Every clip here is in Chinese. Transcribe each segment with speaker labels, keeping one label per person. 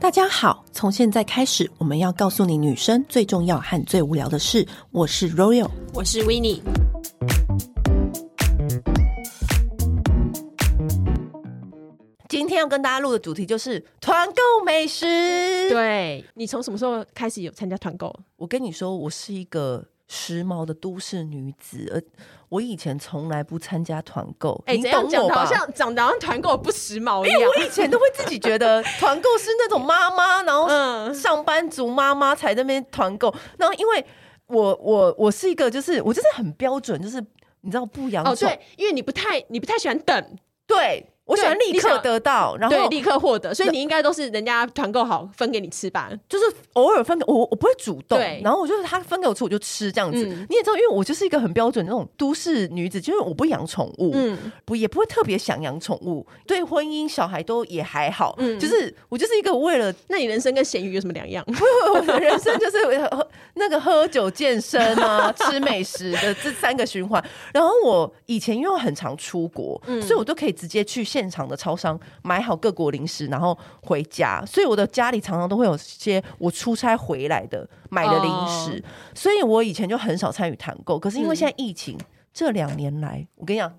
Speaker 1: 大家好，从现在开始，我们要告诉你女生最重要和最无聊的事。我是 Royal，
Speaker 2: 我是 w i n n i e
Speaker 1: 今天要跟大家录的主题就是团购美食。，
Speaker 2: 对你从什么时候开始有参加团购？
Speaker 1: 我跟你说，我是一个时髦的都市女子，而我以前从来不参加团购，
Speaker 2: 哎、
Speaker 1: 你
Speaker 2: 怎
Speaker 1: 懂
Speaker 2: 样讲
Speaker 1: 我
Speaker 2: 的好
Speaker 1: 吧？
Speaker 2: 像讲的好像团购不时髦一
Speaker 1: 因为
Speaker 2: 样。哦
Speaker 1: 我以前都会自己觉得团购是那种妈妈，然后
Speaker 2: 嗯，
Speaker 1: 上班族妈妈才在那边团购，然后因为我我我是一个就是我就是很标准，就是你知道不养
Speaker 2: 哦
Speaker 1: 种，
Speaker 2: 对，因为你不太你不太喜欢等，
Speaker 1: 对我喜欢
Speaker 2: 对
Speaker 1: 立
Speaker 2: 你
Speaker 1: 刻
Speaker 2: 想
Speaker 1: 得到，然
Speaker 2: 对，
Speaker 1: 后
Speaker 2: 立刻获得，所以你应该都是人家团购好分给你吃吧？
Speaker 1: 就是偶尔分给我，我我不会主动
Speaker 2: 对，
Speaker 1: 然后我就是他分给我吃我就吃这样子。
Speaker 2: 嗯
Speaker 1: 你也知道，因为我就是一个很标准的那种都市女子，就是我不养宠物，
Speaker 2: 嗯，
Speaker 1: 不也不会特别想养宠物，对婚姻小孩都也还好，
Speaker 2: 嗯
Speaker 1: 就是我就是一个为了
Speaker 2: 那你人生跟咸鱼有什么两样？
Speaker 1: 我的人生就是呃那个喝酒、健身啊、吃美食的这三个循环。然后我以前因为我很常出国，所以我都可以直接去现场的超商买好各国零食，然后回家。所以我的家里常常都会有些我出差回来的买的零食，所以我以前就很少参与团购。可是因为现在疫情、这两年来，我跟你讲，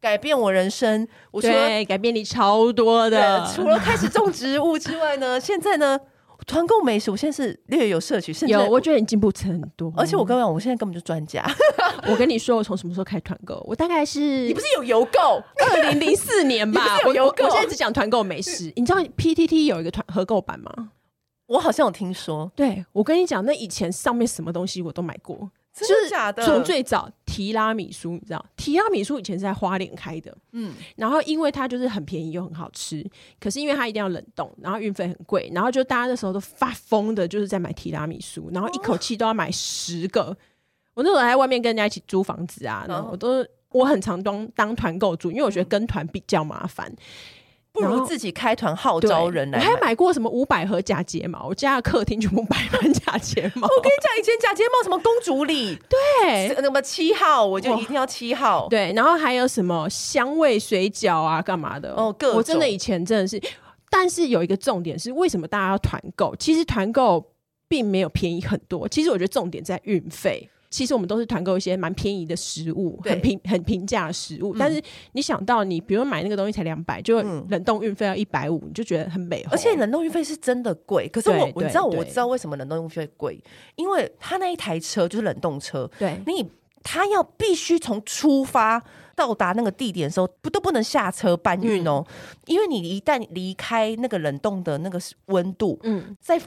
Speaker 1: 改变我人生，我除了
Speaker 2: 对，改变你超多的
Speaker 1: 对，，除了开始种植物之外 呢，现在呢，团购美食，我现在是略有摄取，甚至
Speaker 2: 有，我觉得你进步很多。
Speaker 1: 而且我跟你讲，我现在根本就专 家，
Speaker 2: 我跟你说，我从什么时候开始团购？我大概是
Speaker 1: 你不是有邮购？
Speaker 2: 二零零四年吧
Speaker 1: 你不是？有
Speaker 2: 我
Speaker 1: 邮
Speaker 2: 我
Speaker 1: 购
Speaker 2: 我现在只讲团购美食。你知道 PTT 有一个团合购版吗？
Speaker 1: 我好像有听说，
Speaker 2: 对，我跟你讲，那以前上面什么东西我都买过，
Speaker 1: 真
Speaker 2: 就是
Speaker 1: 的假的？
Speaker 2: 从最早提拉米苏，你知道，提拉米苏以前是在花莲开的，
Speaker 1: 嗯，
Speaker 2: 然后因为它就是很便宜又很好吃，可是因为它一定要冷冻，然后运费很贵，然后就大家那时候都发疯的，就是在买提拉米苏，然后一口气都要买十个。我那时候还在外面跟人家一起租房子啊，
Speaker 1: 嗯
Speaker 2: 然后我都我很常当当团购住，因为我觉得跟团比较麻烦，
Speaker 1: 不
Speaker 2: 然
Speaker 1: 如
Speaker 2: 后
Speaker 1: 自己开团号
Speaker 2: 对
Speaker 1: 召人来
Speaker 2: 我
Speaker 1: 买。
Speaker 2: 还买过什么五百盒假睫毛，我家的客厅全部摆满假睫 毛。
Speaker 1: 我跟你讲，以前假睫毛什么公主礼，
Speaker 2: 对
Speaker 1: 什么七号，我就一定要七号。
Speaker 2: 对，然后还有什么香味水饺啊，干嘛的？
Speaker 1: 哦各
Speaker 2: 我真的
Speaker 1: 种
Speaker 2: 以前真的是，但是有一个重点是，为什么大家要团购？其实团购并没有便宜很多，其实我觉得重点在运费。其实我们都是团购一些蛮便宜的食物，
Speaker 1: 对
Speaker 2: 很平很平价的食物。但是你想到你，比如买那个东西才两百，就
Speaker 1: 嗯
Speaker 2: 冷冻运费要一百五，你就觉得很美。
Speaker 1: 而且冷冻运费是真的贵，可是
Speaker 2: 对
Speaker 1: 我我
Speaker 2: 对
Speaker 1: 知道
Speaker 2: 对
Speaker 1: 我知道为什么冷冻运费贵，因为他那一台车就是冷冻车，
Speaker 2: 对
Speaker 1: 你他要必须从出发到达那个地点的时候，不都不能下车搬运哦，因为你一旦离开那个冷冻的那个温度，
Speaker 2: 嗯，
Speaker 1: 再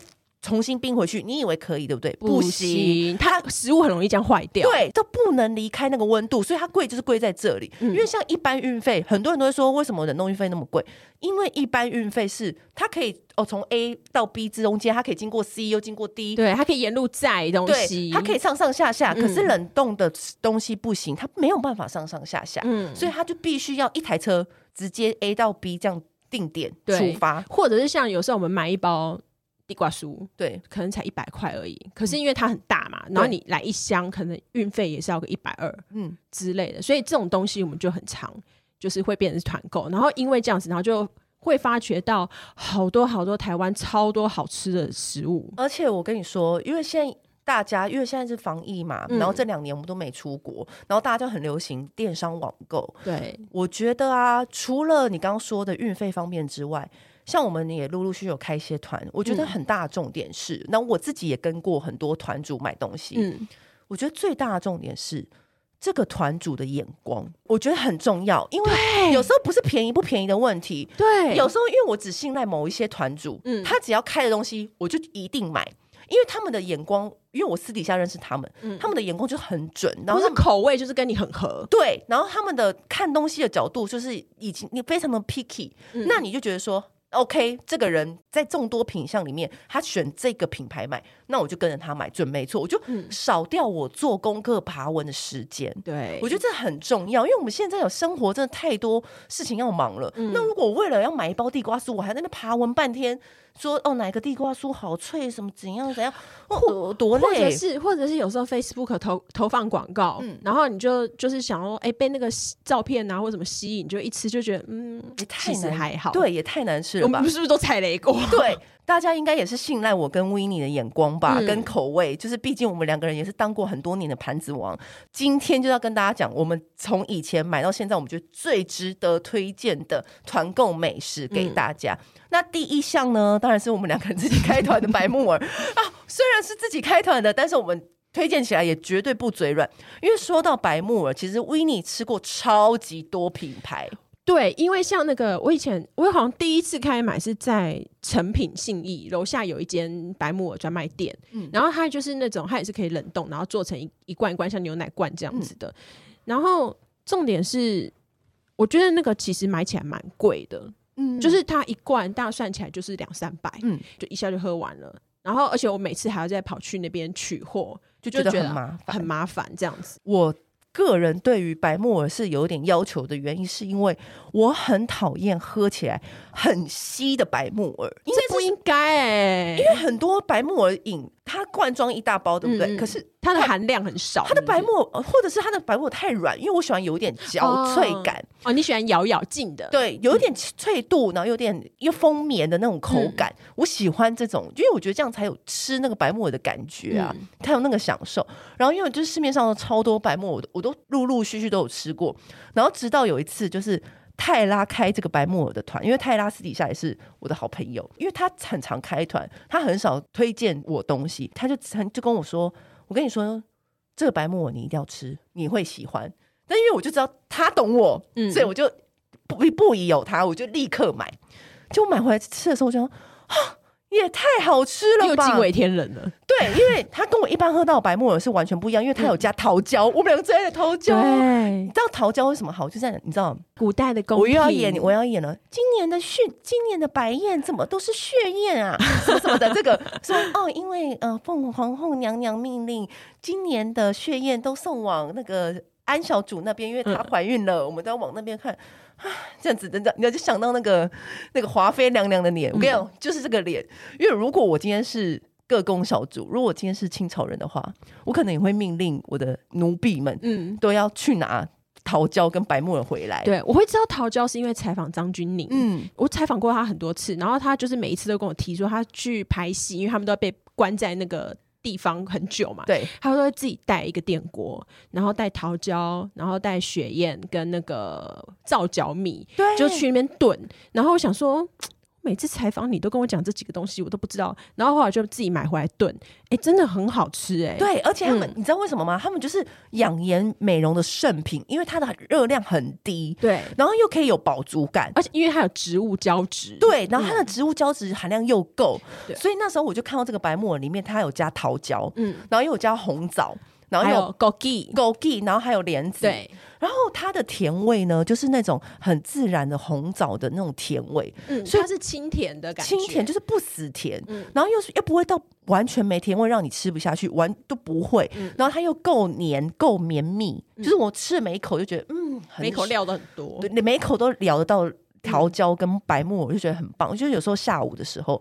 Speaker 1: 重新冰回去，你以为可以对不对？
Speaker 2: 不
Speaker 1: 行。
Speaker 2: 行，它食物很容易这样坏掉。
Speaker 1: 对，都不能离开那个温度，所以它贵就是贵在这里。因为像一般运费，很多人都会说为什么冷冻运费那么贵？因为一般运费是它可以哦从 A 到 B 之中间，它可以经过 C 又经过 D，
Speaker 2: 对，它可以沿路载东西，
Speaker 1: 对，它可以上上下下，可是
Speaker 2: 嗯
Speaker 1: 冷冻的东西不行，它没有办法上上下下，
Speaker 2: 嗯
Speaker 1: 所以它就必须要一台车直接 A 到 B 这样定点
Speaker 2: 对
Speaker 1: 出发。
Speaker 2: 或者是像有时候我们买一包地瓜酥，
Speaker 1: 对，
Speaker 2: 可能才一百块而已，可
Speaker 1: 嗯
Speaker 2: 是因为它很大嘛，然后你来一箱，可能运费也是要个一百二
Speaker 1: 嗯，
Speaker 2: 之类的，所以这种东西我们就很常就是会变成是团购，然后因为这样子，然后就会发觉到好多好多台湾超多好吃的食物，
Speaker 1: 而且我跟你说，因为现在。大家因为现在是防疫嘛，
Speaker 2: 嗯
Speaker 1: 然后这两年我们都没出国，然后大家就很流行电商网购。
Speaker 2: 对，
Speaker 1: 我觉得啊，除了你刚刚说的运费方面之外，像我们也陆陆续续有开一些团，我觉得
Speaker 2: 嗯
Speaker 1: 很大的重点是，那、我自己也跟过很多团主买东西，
Speaker 2: 嗯，
Speaker 1: 我觉得最大的重点是这个团主的眼光，我觉得很重要，因为有时候不是便宜不便宜的问题，
Speaker 2: 对，
Speaker 1: 有时候因为我只信赖某一些团主，
Speaker 2: 嗯
Speaker 1: 他只要开的东西我就一定买，因为他们的眼光，因为我私底下认识他们，他们的眼光就很准，然
Speaker 2: 嗯不
Speaker 1: 后
Speaker 2: 是
Speaker 1: 他们。
Speaker 2: 口味就是跟你很合，
Speaker 1: 对，然后他们的看东西的角度就是已经你非常的 picky，、那
Speaker 2: 嗯
Speaker 1: 你就觉得说，OK，这个人在众多品相里面，他选这个品牌买，那我就跟着他买，准没错，我就
Speaker 2: 嗯
Speaker 1: 少掉我做功课爬文的时间。
Speaker 2: 对，
Speaker 1: 我觉得这很重要，因为我们现在有生活真的太多事情要忙了。
Speaker 2: 嗯
Speaker 1: 那如果我为了要买一包地瓜酥，我还在那边爬文半天，说哦哪个地瓜酥好脆，什么怎样怎样，哦、多
Speaker 2: 呃或者
Speaker 1: 累。
Speaker 2: 是，或者是有时候 Facebook 投投放广告，
Speaker 1: 嗯
Speaker 2: 然后你就就是想要，哎、被那个吸照片啊或什么吸引，就一吃就觉得，嗯，
Speaker 1: 也太
Speaker 2: 其实
Speaker 1: 难
Speaker 2: 还好。，
Speaker 1: 对，也太难吃。事
Speaker 2: 我
Speaker 1: 了吧
Speaker 2: 们是？不是都踩雷过？
Speaker 1: 对，大家应该也是信赖我跟 w i n n 的眼光吧，
Speaker 2: 嗯
Speaker 1: 跟口味，就是毕竟我们两个人也是当过很多年的盘子王。今天就要跟大家讲，我们从以前买到现在，我们觉得最值得推荐的团购美食给大家。那第一项呢，当然是我们两个人自己开团的白木耳 啊，虽然是自己开团的，但是我们。推荐起来也绝对不嘴软，因为说到白木耳，其实 w i n n 吃过超级多品牌，
Speaker 2: 对，因为像那个，我以前我好像第一次开买是在成品信义楼下有一间白木耳专卖店，
Speaker 1: 嗯
Speaker 2: 然后它就是那种它也是可以冷冻，然后做成一一罐一罐像牛奶罐这样子的。
Speaker 1: 嗯
Speaker 2: 然后重点是，我觉得那个其实买起来蛮贵的，
Speaker 1: 嗯
Speaker 2: 就是它一罐大家算起来就是两三百，
Speaker 1: 嗯
Speaker 2: 就一下就喝完了。然后而且我每次还要再跑去那边取货，
Speaker 1: 就
Speaker 2: 就
Speaker 1: 觉得
Speaker 2: 觉得
Speaker 1: 很麻烦，
Speaker 2: 很麻烦这样子。
Speaker 1: 我个人对于白木耳是有点要求的原因，是因为我很讨厌喝起来很稀的白木耳，应
Speaker 2: 这不
Speaker 1: 该是
Speaker 2: 应该哎、
Speaker 1: 因为很多白木耳饮它罐装一大包，对不对？
Speaker 2: 嗯嗯嗯
Speaker 1: 可是
Speaker 2: 它的含量很少，
Speaker 1: 它的
Speaker 2: 是不是
Speaker 1: 白木耳，或者是它的白木耳太软，因为我喜欢有一点嚼
Speaker 2: 哦
Speaker 1: 脆感，
Speaker 2: 哦，你喜欢咬咬劲的，
Speaker 1: 对，有一点脆度，然后有点又丰棉的那种口感，我喜欢这种，因为我觉得这样才有吃那个白木耳的感觉啊，才有那个享受。然后因为就是市面上的超多白木耳，我都我都陆陆续续都有吃过。然后直到有一次就是。泰拉开这个白木耳的团，因为泰拉私底下也是我的好朋友，因为他很常开团，他很少推荐我东西，他就很就跟我说：“我跟你说，这个白木耳你一定要吃，你会喜欢。”但因为我就知道他懂我，
Speaker 2: 嗯
Speaker 1: 所以我就不不疑有他，我就立刻买。就买回来吃的时候，我就想啊，也太好吃了
Speaker 2: 又
Speaker 1: 吧！
Speaker 2: 惊为天人了。
Speaker 1: 对，因为它跟我一般喝到的白木耳是完全不一样，因为它有加桃胶，我们两个最爱的桃胶。你
Speaker 2: 嗯
Speaker 1: 知
Speaker 2: 对，
Speaker 1: 道桃胶为什么好？就在你知道，
Speaker 2: 古代的宫
Speaker 1: 我又要演，
Speaker 2: 廷
Speaker 1: 我要演了。今年的血，今年的白燕怎么都是血燕啊？什么什么的，这个说哦，因为呃，奉皇后娘娘命令，今年的血燕都送往那个安小主那边，因为她怀孕了，我们都要往那边看。啊，这样子，真的，你就想到那个那个华妃娘娘的脸，我跟你讲，就是这个脸。因为如果我今天是各宫小主，如果我今天是清朝人的话，我可能也会命令我的奴婢们
Speaker 2: 嗯，
Speaker 1: 都要去拿桃胶跟白木耳回来。
Speaker 2: 对，我会知道桃胶是因为采访张钧甯，嗯，
Speaker 1: 嗯，
Speaker 2: 我采访过他很多次，然后他就是每一次都跟我提说他去拍戏，因为他们都要被关在那个地方很久嘛，
Speaker 1: 对，
Speaker 2: 他都会自己带一个电锅，然后带桃胶，然后带雪燕跟那个皂角米，
Speaker 1: 对
Speaker 2: 就去那边炖。然后我想说，每次采访你都跟我讲这几个东西，我都不知道。然后后来就自己买回来炖，哎、真的很好吃哎、
Speaker 1: 对，而且他们、
Speaker 2: 嗯
Speaker 1: 你知道为什么吗？他们就是养颜美容的圣品，因为它的热量很低，
Speaker 2: 对，
Speaker 1: 然后又可以有饱足感。
Speaker 2: 而且因为它有植物胶质，
Speaker 1: 对，然后它的植物胶质含量又够，
Speaker 2: 对
Speaker 1: 所以那时候我就看到这个白木耳里面它有加桃胶，
Speaker 2: 嗯，
Speaker 1: 然后又有加红枣，然后
Speaker 2: 还
Speaker 1: 又
Speaker 2: 有
Speaker 1: 有
Speaker 2: 枸杞，
Speaker 1: 枸杞，然后还有莲子，
Speaker 2: 对，
Speaker 1: 然后它的甜味呢，就是那种很自然的红枣的那种甜味，
Speaker 2: 嗯，
Speaker 1: 所以
Speaker 2: 它是清甜的感觉，
Speaker 1: 清甜就是不死甜，
Speaker 2: 嗯
Speaker 1: 然后又是又不会到完全没甜味，让你吃不下去，完都不会。
Speaker 2: 嗯
Speaker 1: 然后它又够黏、够绵密，就是我吃了每一口就觉得，嗯，很
Speaker 2: 每口料嗯都很多，
Speaker 1: 对，你每一口都聊得到桃胶跟白木耳，我就觉得很棒。就是有时候下午的时候。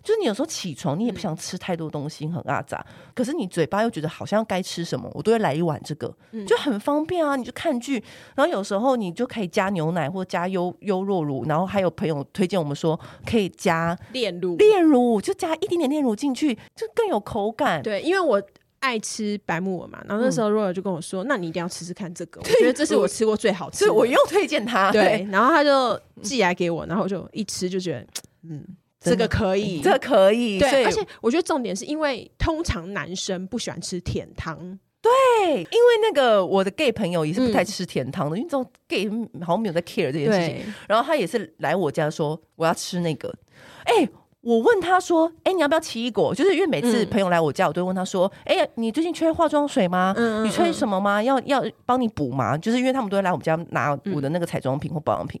Speaker 1: 就是你有时候起床，你
Speaker 2: 嗯
Speaker 1: 也不想吃太多东西，很阿杂，可是你嘴巴又觉得好像该吃什么，我都会来一碗这个，
Speaker 2: 嗯
Speaker 1: 就很方便啊。你就看剧，然后有时候你就可以加牛奶或加优优酪乳，然后还有朋友推荐我们说可以加
Speaker 2: 炼乳，
Speaker 1: 炼乳，就加一点点炼乳进去，就更有口感。
Speaker 2: 对，因为我。爱吃白木耳嘛，然
Speaker 1: 嗯
Speaker 2: 后那时候若尔就跟我说：“那你一定要吃吃看这个，我觉得这是我吃过最好吃
Speaker 1: 所以
Speaker 2: 的。”
Speaker 1: 我又推荐它。
Speaker 2: 对，，然后他就寄来给我，然后我就一吃就觉 得，嗯，这
Speaker 1: 真
Speaker 2: 个
Speaker 1: 的
Speaker 2: 可以，
Speaker 1: 这可以。所
Speaker 2: 对，
Speaker 1: 以
Speaker 2: 而且我觉得重点是因为通常男生不喜欢吃甜汤，
Speaker 1: 对，因为那个我的 gay 朋友也是不太
Speaker 2: 嗯
Speaker 1: 吃甜汤的，因为这种 gay 好像没有在 care 这件事情。，然后他也是来我家说我要吃那个，哎、我问他说：“哎、你要不要奇异果？”就是因为每次
Speaker 2: 嗯
Speaker 1: 朋友来我家，我都会问他说：“哎、你最近缺化妆水吗？
Speaker 2: 嗯
Speaker 1: 你缺
Speaker 2: 么？
Speaker 1: 什么吗？要要帮你补吗？”就是因为他们都会来我们家拿我的那个彩妆品或保养品，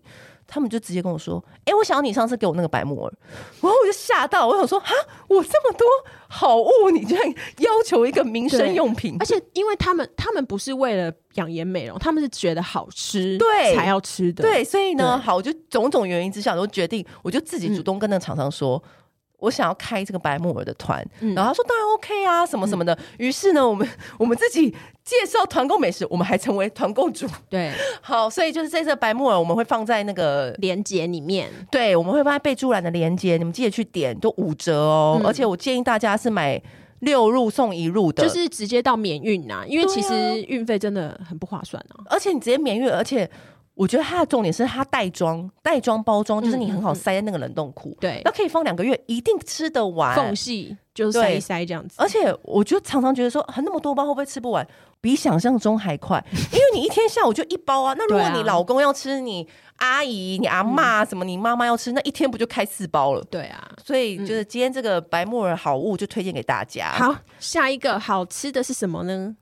Speaker 1: 他们就直接跟我说：“哎、我想要你上次给我那个白木耳。”然后我就吓到，我想说：“哈，我这么多好物，你居然要求一个民生
Speaker 2: 对
Speaker 1: 用品？”
Speaker 2: 而且因为他们他们不是为了养颜美容，他们是觉得好吃，
Speaker 1: 对
Speaker 2: 才要吃的，
Speaker 1: 对，所以呢，嗯
Speaker 2: 对
Speaker 1: 好，我就种种原因之下，我就决定，我就自己主动跟那个厂商说。我想要开这个白木耳的团，
Speaker 2: 嗯
Speaker 1: 然后他说当然 OK 啊，什么什么的。于是呢，我们我们自己介绍团购美食，我们还成为团购主。
Speaker 2: 对，
Speaker 1: 好，所以就是这次的白木耳，我们会放在那个
Speaker 2: 连接里面，
Speaker 1: 对，我们会放在备注栏的链接，你们记得去点，都五折哦。
Speaker 2: 嗯
Speaker 1: 而且我建议大家是买六入送一入的，
Speaker 2: 就是直接到免运呐、因为
Speaker 1: 对啊
Speaker 2: 其实运费真的很不划算啊。
Speaker 1: 而且你直接免运，而且我觉得它的重点是它袋装、袋装包装，就是你很好塞在那个冷冻库，
Speaker 2: 嗯对
Speaker 1: 那、，可以放两个月，一定吃得完
Speaker 2: 缝。隙就是塞一塞这样子，
Speaker 1: 哎而且我就常常觉得说，啊那么多包会不会吃不完？比想象中还快，因为你一天下午就一包啊。那如果
Speaker 2: 对啊
Speaker 1: 你老公要吃，你阿姨、你阿妈、什么，你妈妈要吃，那一天不就开四包了？
Speaker 2: 对啊。
Speaker 1: 所以就是今天这个白木耳好物就推荐给大家。，
Speaker 2: 好，下一个好吃的是什么呢？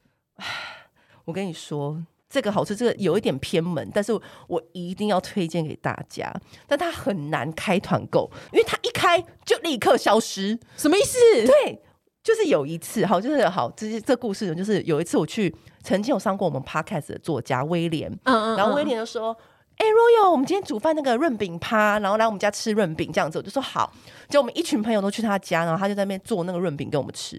Speaker 1: 我跟你说，这个好吃，这个有一点偏门，但是我一定要推荐给大家。但它很难开团购，因为它一开就立刻消失。
Speaker 2: 什么意思？
Speaker 1: 对，就是有一次，好，就是好，这是这故事呢就是有一次我去，曾经有上过我们 podcast 的作家威廉，
Speaker 2: 嗯嗯
Speaker 1: 然后威廉就说。哎、r o y a l 我们今天煮饭那个润饼趴，然后来我们家吃润饼这样子，我就说好。结果我们一群朋友都去他家，然后他就在那边做那个润饼给我们吃。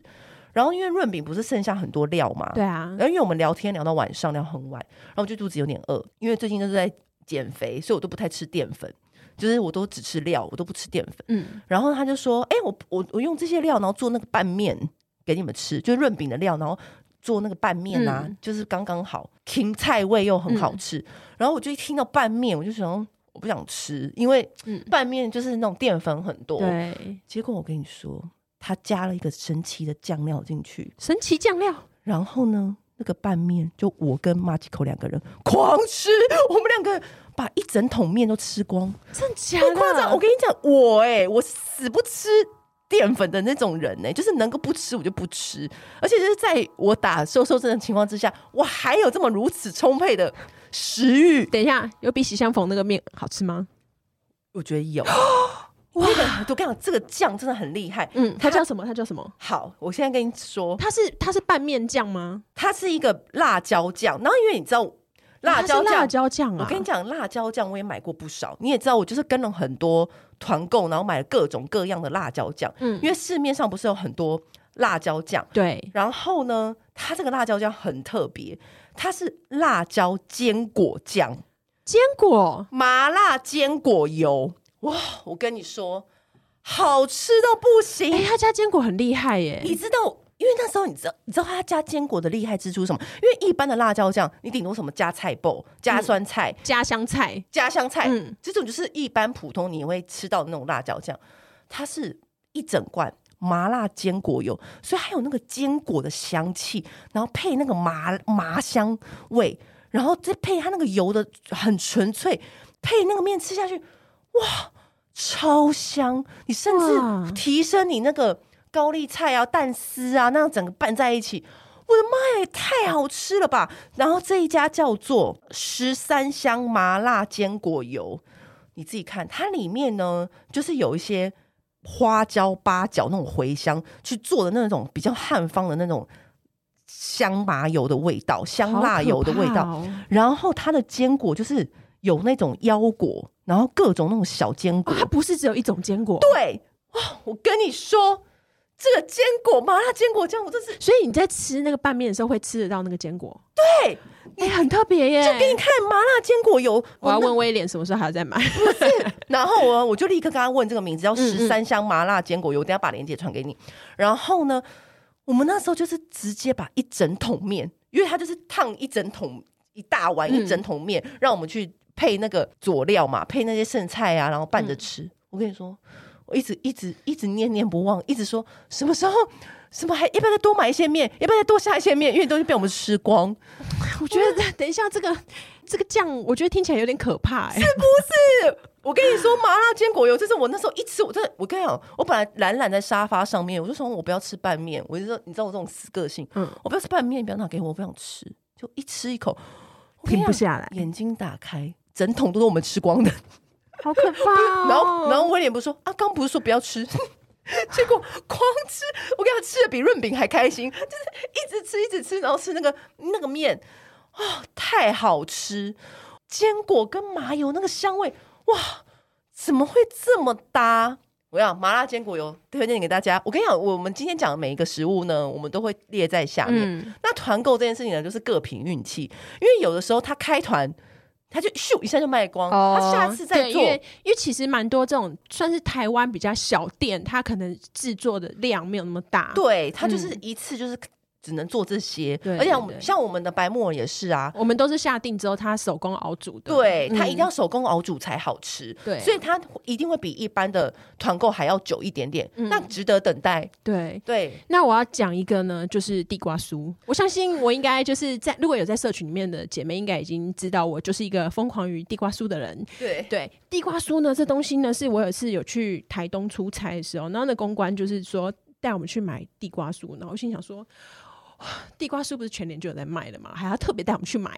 Speaker 1: 然后因为润饼不是剩下很多料嘛，
Speaker 2: 对啊
Speaker 1: 然，后因为我们聊天聊到晚上，聊很晚，然后我就肚子有点饿，因为最近都是在减肥，所以我都不太吃淀粉，就是我都只吃料，我都不吃淀粉。
Speaker 2: 嗯，
Speaker 1: 然后他就说：“哎、我我我用这些料，然后做那个拌面给你们吃，就是润饼的料，然后做那个拌面啊，
Speaker 2: 嗯
Speaker 1: 就是刚刚好，芹菜味又很好吃。然后我就一听到拌面，我就想我不想吃，因为
Speaker 2: 嗯
Speaker 1: 拌面就是那种淀粉很多。
Speaker 2: 对，
Speaker 1: 结果我跟你说，他加了一个神奇的酱料进去，
Speaker 2: 神奇酱料，
Speaker 1: 然后呢，那个拌面就我跟马吉口两个人狂吃，我们两个把一整桶面都吃光。”
Speaker 2: 真假
Speaker 1: 太夸张！我跟你讲，我哎、我死不吃淀粉的那种人呢、就是能够不吃我就不吃，而且就是在我打瘦瘦针的情况之下，我还有这么如此充沛的食欲，
Speaker 2: 等一下，有比喜相逢那个面好吃吗？
Speaker 1: 我觉得有。 哇！我跟你讲，这个酱真的很厉害。
Speaker 2: 嗯，它叫什么？它叫什么？
Speaker 1: 好，我现在跟你说，
Speaker 2: 它是它是拌面酱吗？
Speaker 1: 它是一个辣椒酱，然后因为你知道辣椒酱
Speaker 2: 它是辣。椒酱啊！
Speaker 1: 我跟你讲，辣椒酱我也买过不少，你也知道，我就是跟了很多团购，然后买了各种各样的辣椒酱。
Speaker 2: 嗯
Speaker 1: 因为市面上不是有很多辣椒酱，
Speaker 2: 对，
Speaker 1: 然后呢，它这个辣椒酱很特别，它是辣椒坚果酱，
Speaker 2: 坚果
Speaker 1: 麻辣坚果油。哇，我跟你说，好吃到不行！
Speaker 2: 哎、他家坚果很厉害耶！
Speaker 1: 你知道，因为那时候你知道，你知道他加坚果的厉害之处是什么？因为一般的辣椒酱，你顶多什么加菜爆、
Speaker 2: 嗯
Speaker 1: 加酸菜、
Speaker 2: 家乡菜，
Speaker 1: 加香菜，
Speaker 2: 嗯，
Speaker 1: 这种就是一般普通你会吃到的那种辣椒酱，它是一整罐麻辣坚果油，所以还有那个坚果的香气，然后配那个麻麻香味，然后再配它那个油的很纯粹，配那个面吃下去，哇，超香！你甚
Speaker 2: 哇
Speaker 1: 至提升你那个高丽菜啊、蛋丝啊，那样整个拌在一起。我的妈呀，也太好吃了吧！然后这一家叫做十三香麻辣坚果油，你自己看，它里面呢就是有一些花椒、八角那种茴香去做的那种比较汉方的那种香麻油的味道、香辣油的味
Speaker 2: 好可
Speaker 1: 道。
Speaker 2: 怕哦
Speaker 1: 然后它的坚果就是有那种腰果，然后各种那种小坚果
Speaker 2: 哦，它不是只有一种坚果，
Speaker 1: 对，哇！我跟你说，这个坚果麻辣坚果酱，我真是
Speaker 2: 所以你在吃那个拌面的时候会吃得到那个坚果，
Speaker 1: 对，
Speaker 2: 哎、很特别耶！
Speaker 1: 就给你看麻辣坚果油。
Speaker 2: 我要
Speaker 1: 那
Speaker 2: 问威廉什么时候还要再买？
Speaker 1: 然后我我就立刻跟他问这个名字叫
Speaker 2: 嗯嗯
Speaker 1: 十三香麻辣坚果油，等一下把链接传给你。然后呢，我们那时候就是直接把一整桶面，因为它就是烫一整桶一大碗
Speaker 2: 嗯
Speaker 1: 一整桶面，让我们去配那个佐料嘛，配那些剩菜啊，然后拌着吃。
Speaker 2: 嗯
Speaker 1: 我跟你说，我一直一直一直念念不忘，一直说什么时候。什么还要不要再多买一些面？要不要再多下一些面？因为都是被我们吃光，
Speaker 2: 我觉得等一下这个这个酱，我觉得听起来有点可怕哎。
Speaker 1: 我跟你说，麻辣坚果油，这是我那时候一吃，我真的，我跟你讲，我本来懒懒在沙发上面，我就说我不要吃拌面，我就说你知道我这种死个性，
Speaker 2: 嗯
Speaker 1: 我不要吃拌面，你不要拿给我，我不想吃，就一吃一口，我跟你
Speaker 2: 停
Speaker 1: 讲
Speaker 2: 不下来，
Speaker 1: 眼睛打开，整桶都是我们吃光的，
Speaker 2: 好可怕、 哦！
Speaker 1: 然后然后威廉不是说啊，刚不是说不要吃。 结果狂吃，我跟他吃的比润饼还开心，就是一直吃一直吃，然后吃那个那个面，哦，太好吃！坚果跟麻油那个香味，哇，怎么会这么搭？我要麻辣坚果油推荐给大家。我跟你讲，我们今天讲的每一个食物呢，我们都会列在下面。
Speaker 2: 嗯，
Speaker 1: 那团购这件事情呢，就是各凭运气，因为有的时候他开团，他就咻一下就卖光，他下次再
Speaker 2: 哦对
Speaker 1: 做
Speaker 2: 因，为因为其实蛮多这种算是台湾比较小店，它可能制作的量没有那么大。
Speaker 1: 对他就是
Speaker 2: 嗯
Speaker 1: 一次就是只能做这些。
Speaker 2: 对
Speaker 1: 而且
Speaker 2: 对
Speaker 1: 我们
Speaker 2: 对
Speaker 1: 像我们的白木耳也是啊，
Speaker 2: 我们都是下定之后，它手工熬煮的。
Speaker 1: 对，它
Speaker 2: 嗯
Speaker 1: 一定要手工熬煮才好吃。
Speaker 2: 对
Speaker 1: 所以它一定会比一般的团购还要久一点点，
Speaker 2: 嗯
Speaker 1: 那值得等待。
Speaker 2: 对。
Speaker 1: 对，
Speaker 2: 那我要讲一个呢，就是地瓜酥。我相信我应该就是在如果有在社群里面的姐妹，应该已经知道我就是一个疯狂于地瓜酥的人。
Speaker 1: 对，
Speaker 2: 对，地瓜酥呢，这东西呢，是我有一次有去台东出差的时候，然后那公关就是说带我们去买地瓜酥，然后我心想说，哇地瓜酥不是全年就有在卖的嘛， 还要特别带我们去买。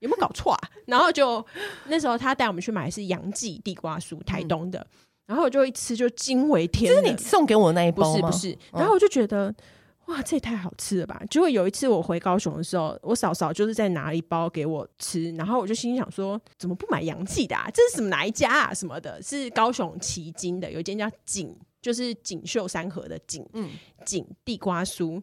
Speaker 2: 有没有搞错啊？然后就那时候他带我们去买的是杨记地瓜酥，台东的。然后我就一吃就惊为
Speaker 1: 嗯
Speaker 2: 天
Speaker 1: 这是
Speaker 2: 人，
Speaker 1: 哎你送给我的那一
Speaker 2: 不
Speaker 1: 包
Speaker 2: 是
Speaker 1: 吗？嗯
Speaker 2: 不是，然后我就觉得。哇，这也太好吃了吧！结果有一次我回高雄的时候，我嫂嫂就是在拿一包给我吃，然后我就心想说，怎么不买洋记的、啊？这是什么哪一家啊？什么的？是高雄旗津的，有一间叫锦，就是锦绣山河的锦
Speaker 1: 嗯，
Speaker 2: 锦地瓜酥。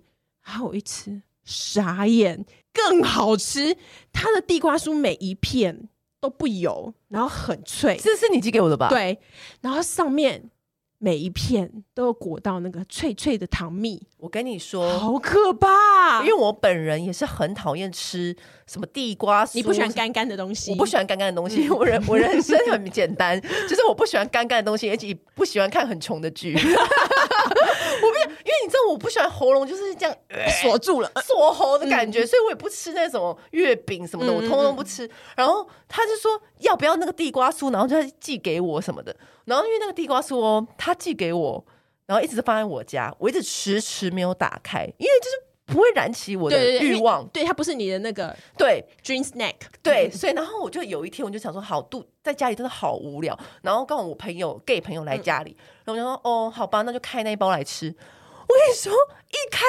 Speaker 2: 然后我一吃，傻眼，更好吃！它的地瓜酥每一片都不油，然后很脆，
Speaker 1: 哎这是你寄给我的吧？，
Speaker 2: 对，然后上面每一片都有裹到那个脆脆的糖蜜，
Speaker 1: 我跟你说。
Speaker 2: 好可怕！
Speaker 1: 因为我本人也是很讨厌吃什么地瓜酥，
Speaker 2: 你不喜欢，干干的东西，
Speaker 1: 我不喜欢干干的东
Speaker 2: 嗯
Speaker 1: 西。我人我人生 很简单，就是我不喜欢干干的东西，而且不喜欢看很穷的剧。我 不，因为你知道我不喜欢喉咙就是这样
Speaker 2: 呃
Speaker 1: 呃
Speaker 2: 锁住了。
Speaker 1: 锁喉的感觉，所以我也不吃那种月饼什么的，
Speaker 2: 嗯
Speaker 1: 我通通不吃。然后他就说要不要那个地瓜酥，然后就他寄给我什么的。然后因为那个地瓜酥哦，他寄给我，然后一直放在我家，我一直迟迟没有打开，因为就是不会燃起我的
Speaker 2: 对对对，因
Speaker 1: 欲
Speaker 2: 为
Speaker 1: 望。
Speaker 2: 对它不是你的那个
Speaker 1: 对
Speaker 2: dream snack，
Speaker 1: 对，
Speaker 2: 嗯
Speaker 1: 所以然后我就有一天我就想说，好度在家里真的好无聊。然后刚好我朋友 gay 朋友来
Speaker 2: 嗯
Speaker 1: 家里，然后我就说哦，好吧，那就开那一包来吃。我跟你说，一开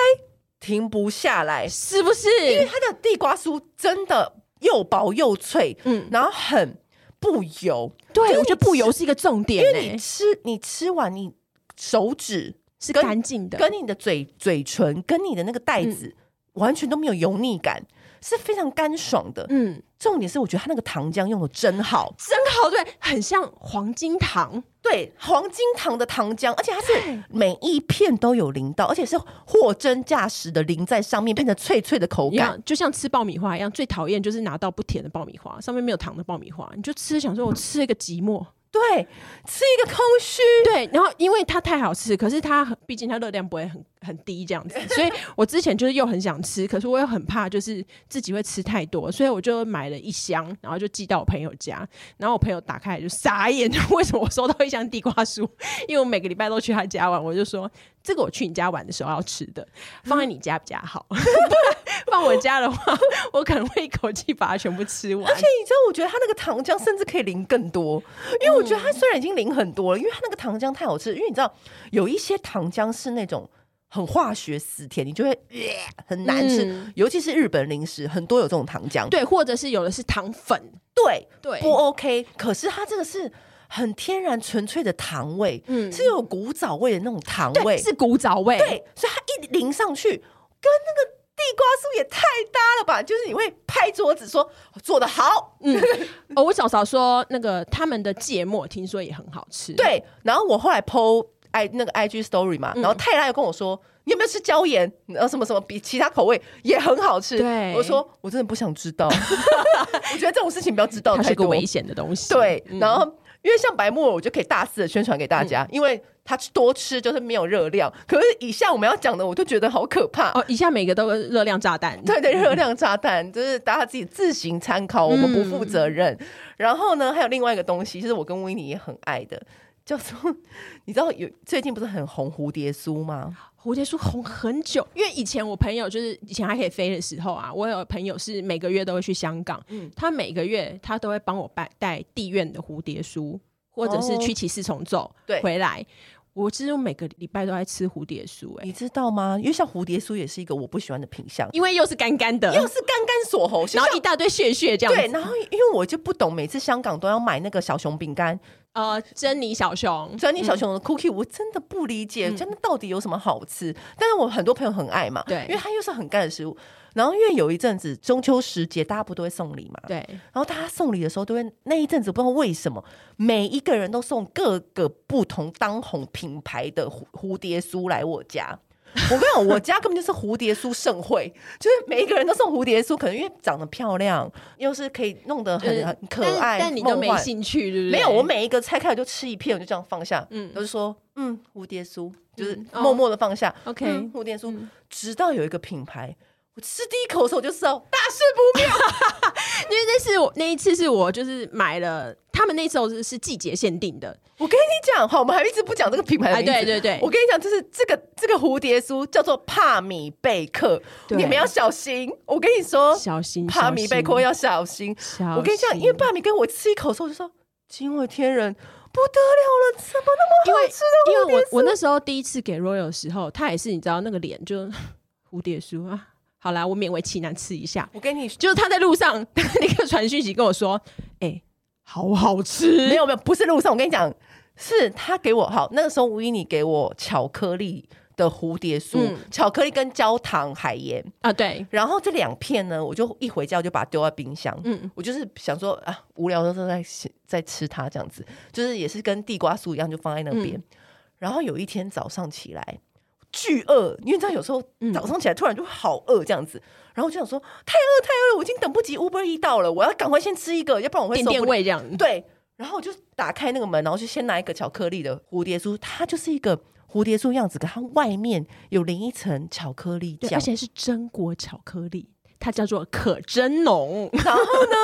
Speaker 1: 停不下来，
Speaker 2: 是不是？
Speaker 1: 因为它的地瓜酥真的又薄又脆，
Speaker 2: 嗯，
Speaker 1: 然后很不油，
Speaker 2: 对，我
Speaker 1: 你
Speaker 2: 觉得不油是一个重点
Speaker 1: 因
Speaker 2: 欸，
Speaker 1: 为你吃你吃完你手指
Speaker 2: 是
Speaker 1: 跟
Speaker 2: 干净的，
Speaker 1: 跟你的嘴嘴唇跟你的那个袋
Speaker 2: 嗯
Speaker 1: 子。完全都没有油腻感，是非常干爽的。
Speaker 2: 嗯，
Speaker 1: 重点是，我觉得它那个糖浆用的真好，
Speaker 2: 真好，对，很像黄金糖，
Speaker 1: 对，黄金糖的糖浆，而且它是每一片都有淋到，而且是货真价实的淋在上面，变成脆脆的口
Speaker 2: 一
Speaker 1: 感。
Speaker 2: 样，就像吃爆米花一样，最讨厌就是拿到不甜的爆米花，上面没有糖的爆米花，你就吃想说我吃了一个寂寞，
Speaker 1: 对，吃一个空虚，
Speaker 2: 对，然后因为它太好吃，可是它很毕竟它热量不会很很低这 样子，所以我之前就是又很想吃，可是我又很怕就是自己会吃太多，所以我就买了一箱，然后就寄到我朋友家，然后我朋友打开来就傻眼，就为什么我收到一箱地瓜酥？因为我每个礼拜都去他家玩，我就说这个我去你家玩的时候要吃的，放在你家比较 好，不然放我家的话，我可能会一口气把它全部吃完
Speaker 1: 而。且你知道，我觉得它那个糖浆甚至可以淋更多，因为我觉得它虽然已经淋很多了，因为它那个糖浆太好吃。因为你知道，有一些糖浆是那种很化学死甜，你就会、呃很难吃。
Speaker 2: 嗯
Speaker 1: 尤其是日本零食，很多有这种糖浆，
Speaker 2: 对，或者是有的是糖粉，
Speaker 1: 对
Speaker 2: 对
Speaker 1: 不 OK。可是它这个是很天然纯粹的糖味，
Speaker 2: 嗯
Speaker 1: 是有古早味的那种糖
Speaker 2: 对，
Speaker 1: 味，
Speaker 2: 是古早味，
Speaker 1: 对，所以它一淋上去，跟那个地瓜酥也太搭了吧？就是你会拍桌子说做的好。
Speaker 2: 哦，我嫂嫂说那个他们的芥末听说也很好吃。，
Speaker 1: 对，然后我后来 PO i 那个 IG story 嘛，
Speaker 2: 嗯
Speaker 1: 然后泰拉又跟我说。你有没有吃椒盐？然后什么什么比其他口味也很好吃。
Speaker 2: 对
Speaker 1: 我说我真的不想知道。 我觉得这种事情不要知道
Speaker 2: 它是
Speaker 1: 太
Speaker 2: 个
Speaker 1: 多。
Speaker 2: 危险的东西。
Speaker 1: 对，
Speaker 2: 嗯
Speaker 1: 然后因为像白木耳，我就可以大肆的宣传给大家，因为它多吃就是没有热量。可是以下我们要讲的，我就觉得好可怕。
Speaker 2: 哦，以下每个都是热量炸弹。嗯
Speaker 1: 对对，热量炸弹就是大家自己自行参考，我们不负责任。然后呢，还有另外一个东西，就是我跟维尼也很爱的，叫做你知道有最近不是很红蝴蝶酥吗？
Speaker 2: 蝴蝶酥红很久，因为以前我朋友就是以前还可以飞的时候啊，我有朋友是每个月都会去香港，
Speaker 1: 嗯
Speaker 2: 他每个月他都会帮我带带地院的蝴蝶酥，或者是
Speaker 1: 哦
Speaker 2: 曲奇四重奏、
Speaker 1: 对
Speaker 2: 回来。我其实每个礼拜都在吃蝴蝶酥、欸，
Speaker 1: 你知道吗？因为像蝴蝶酥也是一个我不喜欢的品相，
Speaker 2: 因为又是干干的，
Speaker 1: 哎又是干干锁喉，
Speaker 2: 然
Speaker 1: 像
Speaker 2: 后一大堆屑屑这样
Speaker 1: 对，
Speaker 2: 子。
Speaker 1: 然后因为我就不懂，每次香港都要买那个小熊饼干，
Speaker 2: 呃，珍妮小熊，嗯
Speaker 1: 专利小熊的 cookie 我真的不理解，真的到底有什么好吃？但是我很多朋友很爱嘛，
Speaker 2: 对
Speaker 1: 因为它又是很干的食物。然后因为有一阵子中秋时节，大家不都会送礼嘛，
Speaker 2: 对，
Speaker 1: 然后大家送礼的时候，都会那一阵子不知道为什么，每一个人都送各个不同当红品牌的蝴蝴蝶酥来我家。我跟你讲，我家根本就是蝴蝶酥盛会，就是每一个人都送蝴蝶酥，可能因为长得漂亮，又是可以弄得
Speaker 2: 就是
Speaker 1: 很很可
Speaker 2: 但
Speaker 1: 爱，
Speaker 2: 但你都
Speaker 1: 梦
Speaker 2: 没
Speaker 1: 幻
Speaker 2: 兴趣，对不对？
Speaker 1: 没有，我每一个拆开我就吃一片，我就这样放下，
Speaker 2: 嗯
Speaker 1: 嗯，我就说，嗯，蝴蝶酥，就是
Speaker 2: 嗯哦
Speaker 1: 默默的放下、
Speaker 2: OK
Speaker 1: 嗯蝴蝶酥，直到有一个品牌，我吃第一口的时候我就知道大事不妙，
Speaker 2: 因为那是我那一次是我就是买了，他们那时候是是季节限定的，
Speaker 1: 我跟你讲，好，我们还一直不讲这个品牌的
Speaker 2: 哎
Speaker 1: 名字。
Speaker 2: 对对对
Speaker 1: 我跟你讲，就是这个这个蝴蝶酥叫做帕米贝克，
Speaker 2: 对
Speaker 1: 你们要小心。我跟你说，
Speaker 2: 小心
Speaker 1: 帕哦米贝克，要小心。
Speaker 2: 小心
Speaker 1: 我跟你讲，因为帕米跟我吃一口的时候，我就说惊为天人，不得了了，怎么那么好吃的
Speaker 2: 因
Speaker 1: 蝴
Speaker 2: 为
Speaker 1: 蝶
Speaker 2: 我
Speaker 1: 酥？
Speaker 2: 我那时候第一次给 Royal 的时候，他也是你知道那个脸就 蝴蝶酥啊，好啦，我勉为其难吃一下。
Speaker 1: 我跟你
Speaker 2: 就是他在路上 立刻传讯息跟我说：“哎、好好吃。”
Speaker 1: 没有没有，不是路上。我跟你讲，是他给我好那个时候，吴一你给我巧克力的蝴蝶酥，
Speaker 2: 嗯
Speaker 1: 巧克力跟焦糖海盐。
Speaker 2: 啊，对，
Speaker 1: 然后这两片呢，我就一回家我就把它丢在冰箱。
Speaker 2: 嗯
Speaker 1: 嗯，我就是想说啊，无聊的时候在吃在吃它这样子，就是也是跟地瓜酥一样，就放在那
Speaker 2: 嗯
Speaker 1: 边。然后有一天早上起来巨饿，因为你知道有时候
Speaker 2: 嗯
Speaker 1: 早上起来突然就好饿这样子，然后我就想说太饿太饿了，我已经等不及 Uber E 到了，我要赶快先吃一个，要不然我会
Speaker 2: 垫
Speaker 1: 受不
Speaker 2: 垫
Speaker 1: 了
Speaker 2: 胃这样。
Speaker 1: 对，然后我就打开那个门，然后就先拿一个巧克力的蝴蝶酥，它就是一个蝴蝶酥样子，可它外面有淋一层巧克力
Speaker 2: 对，
Speaker 1: 酱
Speaker 2: 而。且是榛果巧克力，它叫做可真浓。
Speaker 1: 然后呢，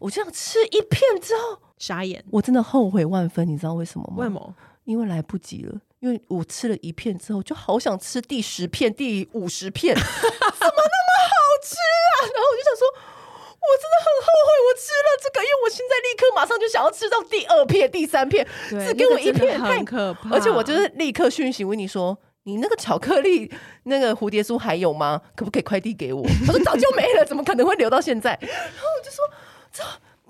Speaker 1: 我这样吃一片之后，
Speaker 2: 傻眼，
Speaker 1: 我真的后悔万分，你知道为什么吗？
Speaker 2: 为什么？
Speaker 1: 因为来不及了。因为我吃了一片之后，就好想吃第十片、第五十片， 怎么那么好吃啊？然后我就想说，我真的很后悔我吃了这个，因为我现在立刻马上就想要吃到第二片、第三片，
Speaker 2: 对
Speaker 1: 只给我一
Speaker 2: 那个真
Speaker 1: 片
Speaker 2: 的
Speaker 1: 太
Speaker 2: 很可怕。
Speaker 1: 而且我就是立刻讯息问你说。你那个巧克力那个蝴蝶酥还有吗？ 可不可以快递给我？他说早就没了，怎么可能会留到现在？然后我就说，这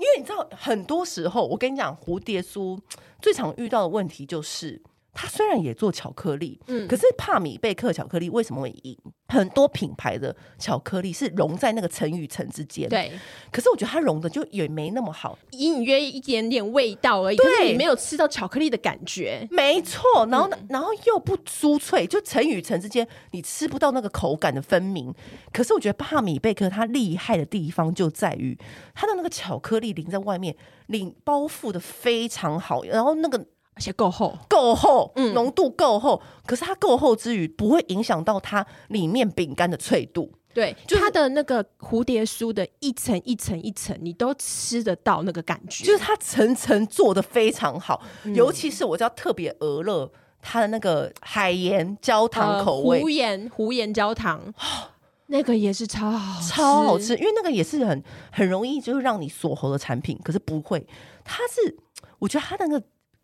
Speaker 1: 因为你知道，很多时候我跟你讲，蝴蝶酥最常遇到的问题就是，它虽然也做巧克力，
Speaker 2: 嗯
Speaker 1: 可是帕米贝克巧克力为什么会赢？很多品牌的巧克力是融在那个层与层之间，。
Speaker 2: 对
Speaker 1: 可是我觉得它融的就也没那么好，
Speaker 2: 隐隐约一点点味道而已，可是
Speaker 1: 对
Speaker 2: 你没有吃到巧克力的感觉。
Speaker 1: 没错，然后呢、然后又不酥脆，就层与层之间你吃不到那个口感的分明。可是我觉得帕米贝克它厉害的地方就在于它的那个巧克力淋在外面，淋包覆的非常好，然后那个
Speaker 2: 而且够厚，
Speaker 1: 够厚，浓度够厚。可是它够厚之余，不会影响到它里面饼干的脆度。
Speaker 2: 对，
Speaker 1: 就是
Speaker 2: 它的那个蝴蝶酥的一层一层一层，你都吃得到那个感觉，
Speaker 1: 就是它层层做的非常好，尤其是我知道特别鹅乐它的那个海盐焦糖
Speaker 2: 呃
Speaker 1: 口味，
Speaker 2: 胡盐胡盐焦糖， 那个也是超好
Speaker 1: 超好吃，因为那个也是很很容易就是让你锁喉的产品，可是不会，它是我觉得它那个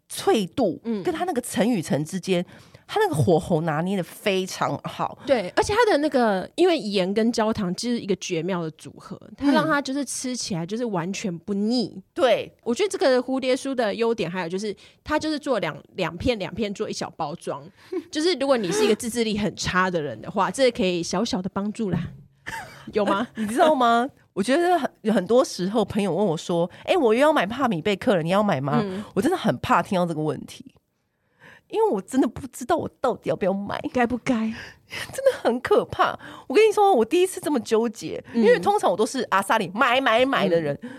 Speaker 1: 脆度，嗯，跟它那个层与层之间，它那个火候拿捏的非常好，
Speaker 2: 对，而且它的那个，因为盐跟焦糖就是一个绝妙的组合，它让它就是吃起来就是完全不腻。
Speaker 1: 对，
Speaker 2: 我觉得这个蝴蝶酥的优点还有就是，它就是做两两片两片做一小包装， 就是如果你是一个自制力很差的人的话，这可以小小的帮助啦， 有吗？
Speaker 1: 你知道吗？ 我觉得很很多时候，朋友问我说：“哎、我又要买帕米贝克了，你要买吗？”我真的很怕听到这个问题，因为我真的不知道我到底要不要买。
Speaker 2: 该不该？
Speaker 1: 很可怕。我跟你说，我第一次这么纠结，
Speaker 2: 嗯
Speaker 1: 因为通常我都是阿萨里买买买的人。
Speaker 2: 嗯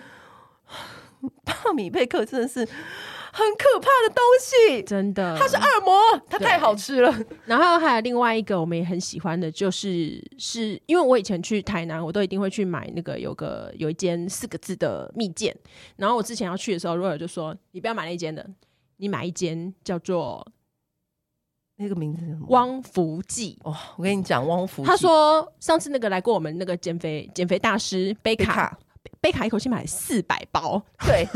Speaker 1: 帕米贝克真的是很可怕的东西，
Speaker 2: 真的，
Speaker 1: 它是恶魔，它太好吃了。
Speaker 2: 然后还有另外一个我们也很喜欢的，就是是因为我以前去台南，我都一定会去买那个有个有一间四个字的蜜饯。然后我之前要去的时候，若尔就说：“你不要买那间的，你买一间叫做
Speaker 1: 那个名字是什么？
Speaker 2: 汪福记。
Speaker 1: 哇、我跟你讲，汪福”记
Speaker 2: 他说：“上次那个来过我们那个减肥减肥大师贝
Speaker 1: 贝
Speaker 2: 卡，
Speaker 1: 卡，
Speaker 2: 贝卡一口气买了四百包，
Speaker 1: 对，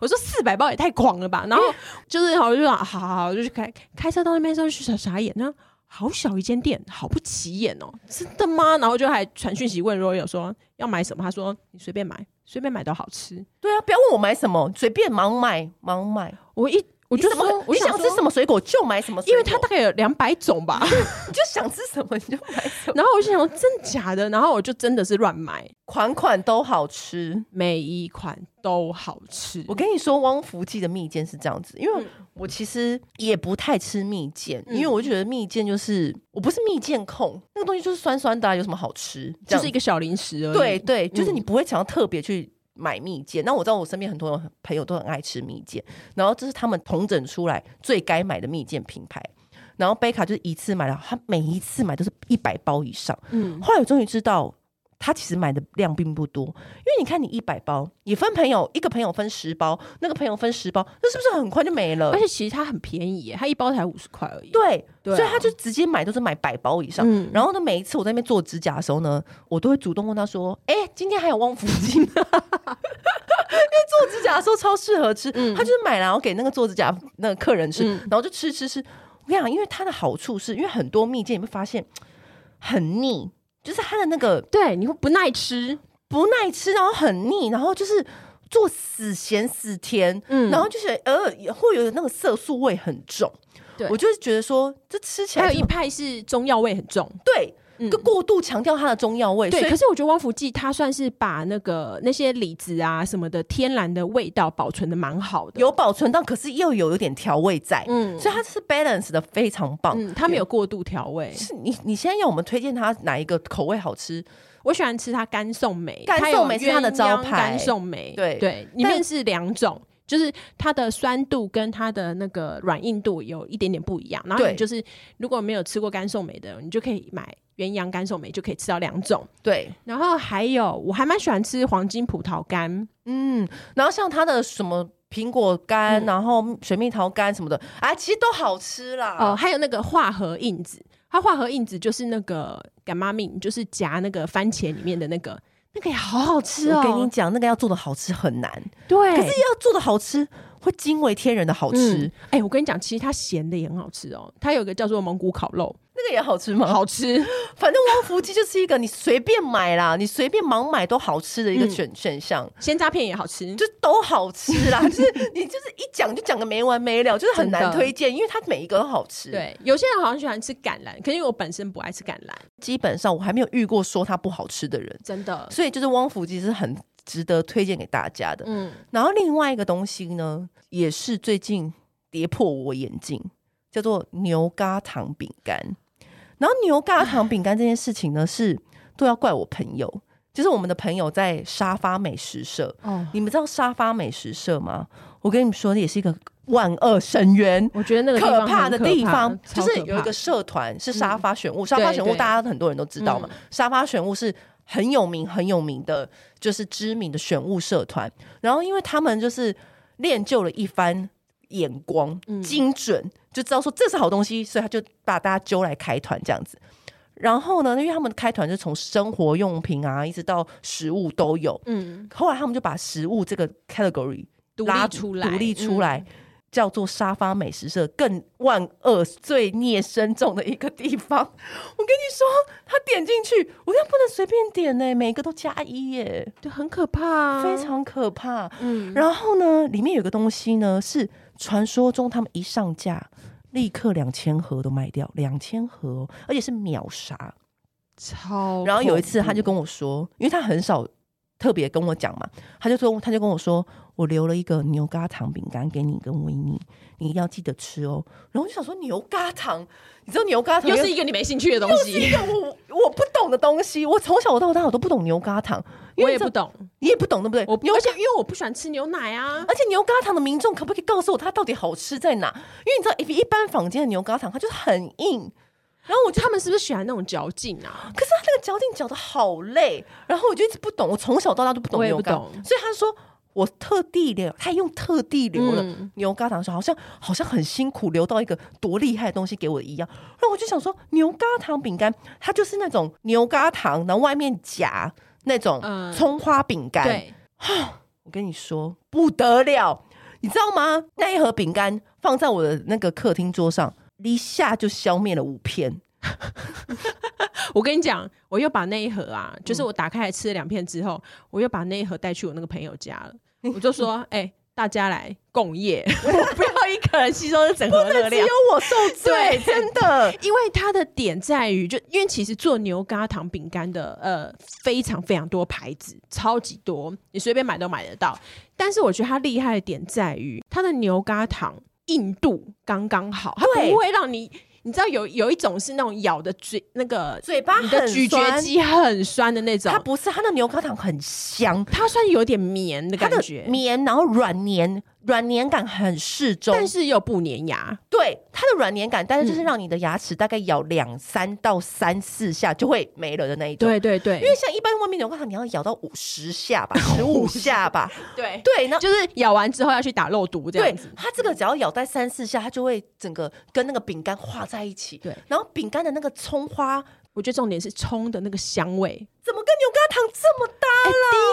Speaker 2: 我说四百包也太狂了吧。”然 后就是好我就说：“好好好，我就去开开车到那边的时候去傻傻眼呢。”好小一间店，好不起眼哦！真的吗？然后就还传讯息问 Royal 说要买什么，他说你随便买，随便买都好吃。
Speaker 1: 对啊，不要问我买什么，随便盲买盲买。
Speaker 2: 我一我
Speaker 1: 我
Speaker 2: 就
Speaker 1: 么
Speaker 2: 说，我
Speaker 1: 你
Speaker 2: 就
Speaker 1: 想吃什
Speaker 2: 么？
Speaker 1: 么水果就买什么水
Speaker 2: 因
Speaker 1: 果，
Speaker 2: 为它大概有两百种 吧，
Speaker 1: 你就想吃什么你就买什 么，
Speaker 2: 然后我就想说真的假的，然后我就真的是乱买，
Speaker 1: 款款都好吃。
Speaker 2: 每一款都好吃。
Speaker 1: 我跟你说，汪福记的蜜饯是这样子，因为
Speaker 2: 嗯
Speaker 1: 我其实也不太吃蜜饯，
Speaker 2: 嗯
Speaker 1: 因为我觉得蜜饯就是我不是蜜饯控，那个东西就是酸酸的啊、有什么好吃？这
Speaker 2: 就
Speaker 1: 样
Speaker 2: 是一个小零食而已。
Speaker 1: 对，对，就是
Speaker 2: 嗯
Speaker 1: 你不会想要特别去买蜜饯。那我知道我身边很多朋友都很爱吃蜜饯，然后这是他们统整出来最该买的蜜饯品牌。然后贝卡就是一次买了，他每一次买都是一百包以上。
Speaker 2: 嗯，
Speaker 1: 后来我终于知道，他其实买的量并不多，因为你看你一百包，你分朋友，一个朋友分十包，那个朋友分十包，那是不是很快就没了
Speaker 2: 而？且其实它很便宜耶，它一包才五十块而已。
Speaker 1: 对，
Speaker 2: 呃对啊
Speaker 1: 所以他就直接买都是买百包以上。
Speaker 2: 嗯，
Speaker 1: 然后呢，每一次我在那边做指甲的时候呢，我都会主动问他说：“哎、今天还有旺福金吗？” 因为做指甲的时候超适合吃，
Speaker 2: 嗯
Speaker 1: 他就是买然后给那个做指甲那个客人吃，
Speaker 2: 嗯
Speaker 1: 然后就吃吃吃。我跟你讲，因为它的好处是因为很多蜜饯你会发现很腻，就是它的那个
Speaker 2: 对，你会不耐吃，
Speaker 1: 不耐吃，然后很腻，然后就是做死咸死甜，
Speaker 2: 嗯
Speaker 1: 然后就是呃会有那个色素味很重。
Speaker 2: 对
Speaker 1: 我就是觉得说这吃起来
Speaker 2: 还有
Speaker 1: 就
Speaker 2: 一派是中药味很重。
Speaker 1: 对。
Speaker 2: 嗯
Speaker 1: 就过度强调它的中药味，所
Speaker 2: 对，
Speaker 1: 以
Speaker 2: 可是我觉得汪福记它算是把那个那些李子啊什么的天然的味道保存的蛮好的，
Speaker 1: 有保存到，可是又有有点调味在，
Speaker 2: 嗯
Speaker 1: 所以它是 balance 的非常棒。
Speaker 2: 嗯，它没有过度调味。
Speaker 1: 是你你现在要我们推荐它哪一个口味好吃？
Speaker 2: 我喜欢吃它甘颂梅，
Speaker 1: 甘颂梅
Speaker 2: 它
Speaker 1: 是
Speaker 2: 有
Speaker 1: 它的
Speaker 2: 鸳鸯
Speaker 1: 招牌
Speaker 2: 甘颂梅
Speaker 1: 对
Speaker 2: 对，里面是两种。就是它的酸度跟它的那个软硬度有一点点不一样，然后
Speaker 1: 对
Speaker 2: 你就是如果没有吃过甘颂梅的，你就可以买鸳鸯甘颂梅，就可以吃到两种。
Speaker 1: 对，
Speaker 2: 然后还有我还蛮喜欢吃黄金葡萄干，
Speaker 1: 嗯，然后像它的什么苹果干，
Speaker 2: 嗯
Speaker 1: 然后水蜜桃干什么的，啊，其实都好吃啦。
Speaker 2: 哦、还有那个化合印子，它化合印子就是那个干妈命，就是夹那个番茄里面的那个，那个也好好吃哦。
Speaker 1: 我跟你讲，那个要做的好吃很难，
Speaker 2: 对，
Speaker 1: 可是要做的好吃会惊为天人的好吃。
Speaker 2: 哎嗯哎、我跟你讲，其实它咸的也很好吃哦。它有一个叫做蒙古烤肉，
Speaker 1: 那个也好吃吗？
Speaker 2: 好吃。
Speaker 1: 反正汪福记就是一个你随便买啦，你随便盲买都好吃的
Speaker 2: 嗯
Speaker 1: 一个选、选项。
Speaker 2: 鲜炸片也好吃。
Speaker 1: 就都好吃 啦，就是你就是一讲就讲个没完没了，就是很
Speaker 2: 真
Speaker 1: 难
Speaker 2: 的
Speaker 1: 推荐，因为它每一个都好吃。，
Speaker 2: 对，有些人好像喜欢吃橄榄，可是因为我本身不爱吃橄榄，
Speaker 1: 基本上我还没有遇过说它不好吃的人，
Speaker 2: 真的。
Speaker 1: 所以就是汪福记是很值得推荐给大家的。
Speaker 2: 嗯，
Speaker 1: 然后另外一个东西呢，也是最近跌破我眼镜，叫做牛轧糖饼干。然后牛轧糖饼干这件事情呢，是都要怪我朋友，就是我们的朋友在沙发美食社，
Speaker 2: 哦，
Speaker 1: 你们知道沙发美食社吗？我跟你们说，也是一个万恶深渊。
Speaker 2: 我觉得那个地方
Speaker 1: 可怕的地方
Speaker 2: 很可怕
Speaker 1: 就是
Speaker 2: 超可怕嗯
Speaker 1: 有一个社团是沙发选物，沙发选
Speaker 2: 对嗯
Speaker 1: 物
Speaker 2: 对
Speaker 1: 大家很多人都知道嘛，沙发选物是很有名很有名的，就是知名的选物社团。然后因为他们就是练就了一番眼光，
Speaker 2: 嗯
Speaker 1: 精准就知道说这是好东西，所以他就把大家揪来开团这样子。然后呢，因为他们开团就从生活用品啊，一直到食物都有，
Speaker 2: 嗯，
Speaker 1: 后来他们就把食物这个 category
Speaker 2: 独
Speaker 1: 拉
Speaker 2: 立出来，嗯
Speaker 1: 独立出
Speaker 2: 来。
Speaker 1: 来。叫做沙发美食社，更万恶罪孽深重的一个地方。我跟你说，他点进去，我跟他不能随便点呢、每个都加一耶、
Speaker 2: 对，很可怕、啊，
Speaker 1: 非。常可怕。
Speaker 2: 嗯，
Speaker 1: 然后呢，里面有个东西呢，是传说中他们一上架，立刻两千盒都卖掉，两千盒哦、而且是秒杀。
Speaker 2: 超。
Speaker 1: 然后有一次，他就，跟我说，因为他很少特别跟我讲嘛，他就说，他就跟我说，我留了一个牛轧糖饼干给你跟维尼，你要记得吃哦。然后我就想说，牛轧糖，你知道牛轧糖
Speaker 2: 又是一个你没兴趣的东
Speaker 1: 一
Speaker 2: 西，
Speaker 1: 个我我不懂的东西，我从小到大我都不懂牛轧糖，因
Speaker 2: 我
Speaker 1: 为
Speaker 2: 也
Speaker 1: 这
Speaker 2: 不，懂。
Speaker 1: 你也不懂对不对？
Speaker 2: 我
Speaker 1: 牛
Speaker 2: 而且因为我不喜欢吃牛奶啊，
Speaker 1: 而且牛轧糖的民众可不可以告诉我它到底好吃在哪？因为你知道，一一般坊间的牛轧糖它就是很硬，
Speaker 2: 然后我他们是不是喜欢那种嚼劲啊？
Speaker 1: 可是他那个嚼劲嚼的好累，然后我就一直不懂，我从小到大都不懂
Speaker 2: 我也
Speaker 1: 牛
Speaker 2: 不
Speaker 1: 轧，
Speaker 2: 懂
Speaker 1: 所以他说我特地留，他用特地留了
Speaker 2: 嗯
Speaker 1: 牛轧糖，说好像好像很辛苦留到一个多厉害的东西给我一样，然后我就想说牛轧糖饼干，它就是那种牛轧糖，然后外面夹那种
Speaker 2: 嗯
Speaker 1: 葱花饼干，
Speaker 2: 对，
Speaker 1: 我跟你说不得了，你知道吗？那一盒饼干放在我的那个客厅桌上，一下就消灭了五片。
Speaker 2: 我跟你讲，我又把那一盒啊，就是
Speaker 1: 嗯
Speaker 2: 我打开来吃了两片之后，我又把那一盒带去我那个朋友家 了。我就说，哎、大家来共业，我不要一个人吸收这整盒热
Speaker 1: 只
Speaker 2: 量
Speaker 1: 有。我受罪，
Speaker 2: 对
Speaker 1: 真的。
Speaker 2: 因为它的点在于，就因为其实做牛轧糖饼干的，呃，非常非常多牌子，超级多，你随便买都买得到。但是我觉得它厉害的点在于，它的牛轧糖硬度刚刚好，它
Speaker 1: 对
Speaker 2: 不会让你，你知道有有一种是那种咬的嘴那个
Speaker 1: 嘴巴
Speaker 2: 你的
Speaker 1: 很
Speaker 2: 咀嚼
Speaker 1: 酸，
Speaker 2: 肌很酸的那种
Speaker 1: 它，不是它的牛轧糖很香，
Speaker 2: 它算有点绵的
Speaker 1: 它
Speaker 2: 感
Speaker 1: 的
Speaker 2: 觉，
Speaker 1: 绵然后软黏，软黏感很适中。
Speaker 2: 但是又嗯不粘牙。
Speaker 1: 对它的软黏感，但是就是让你的牙齿大概咬两三到三四下就会没了的那一种。
Speaker 2: 对对对，
Speaker 1: 因为像一般外面牛轧糖，你要咬到五十下 吧，十五下吧。
Speaker 2: 对
Speaker 1: 对，那
Speaker 2: 就是咬完之后要去打肉毒这
Speaker 1: 对
Speaker 2: 样子。
Speaker 1: 它这个只要咬在三四下，它就会整个跟那个饼干化在一起。
Speaker 2: 对，
Speaker 1: 然后饼干的那个葱花
Speaker 2: 我觉得重点是葱的那个香味，哎
Speaker 1: 怎么跟牛轧糖这么搭？